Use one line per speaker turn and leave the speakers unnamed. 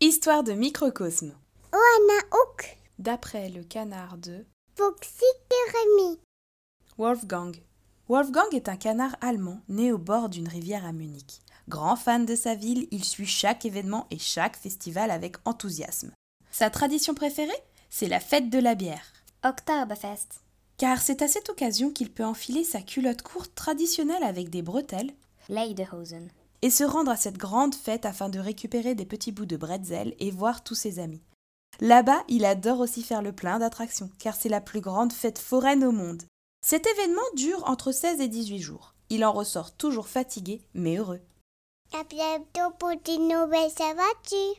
Histoire de microcosme.
Oanaouk,
D'après le canard de
Foxy Keremi,
Wolfgang. Wolfgang est un canard allemand né au bord d'une rivière à Munich. Grand fan de sa ville, il suit chaque événement et chaque festival avec enthousiasme. Sa tradition préférée C'est la fête de la bière.
Oktoberfest,
Car c'est à cette occasion qu'il peut enfiler sa culotte courte traditionnelle avec des bretelles
Lederhosen,
et se rendre à cette grande fête afin de récupérer des petits bouts de bretzel et voir tous ses amis. Là-bas, il adore aussi faire le plein d'attractions, car c'est la plus grande fête foraine au monde. Cet événement dure entre 16 et 18 jours. Il en ressort toujours fatigué, mais heureux.
à bientôt pour de nouvelles aventures.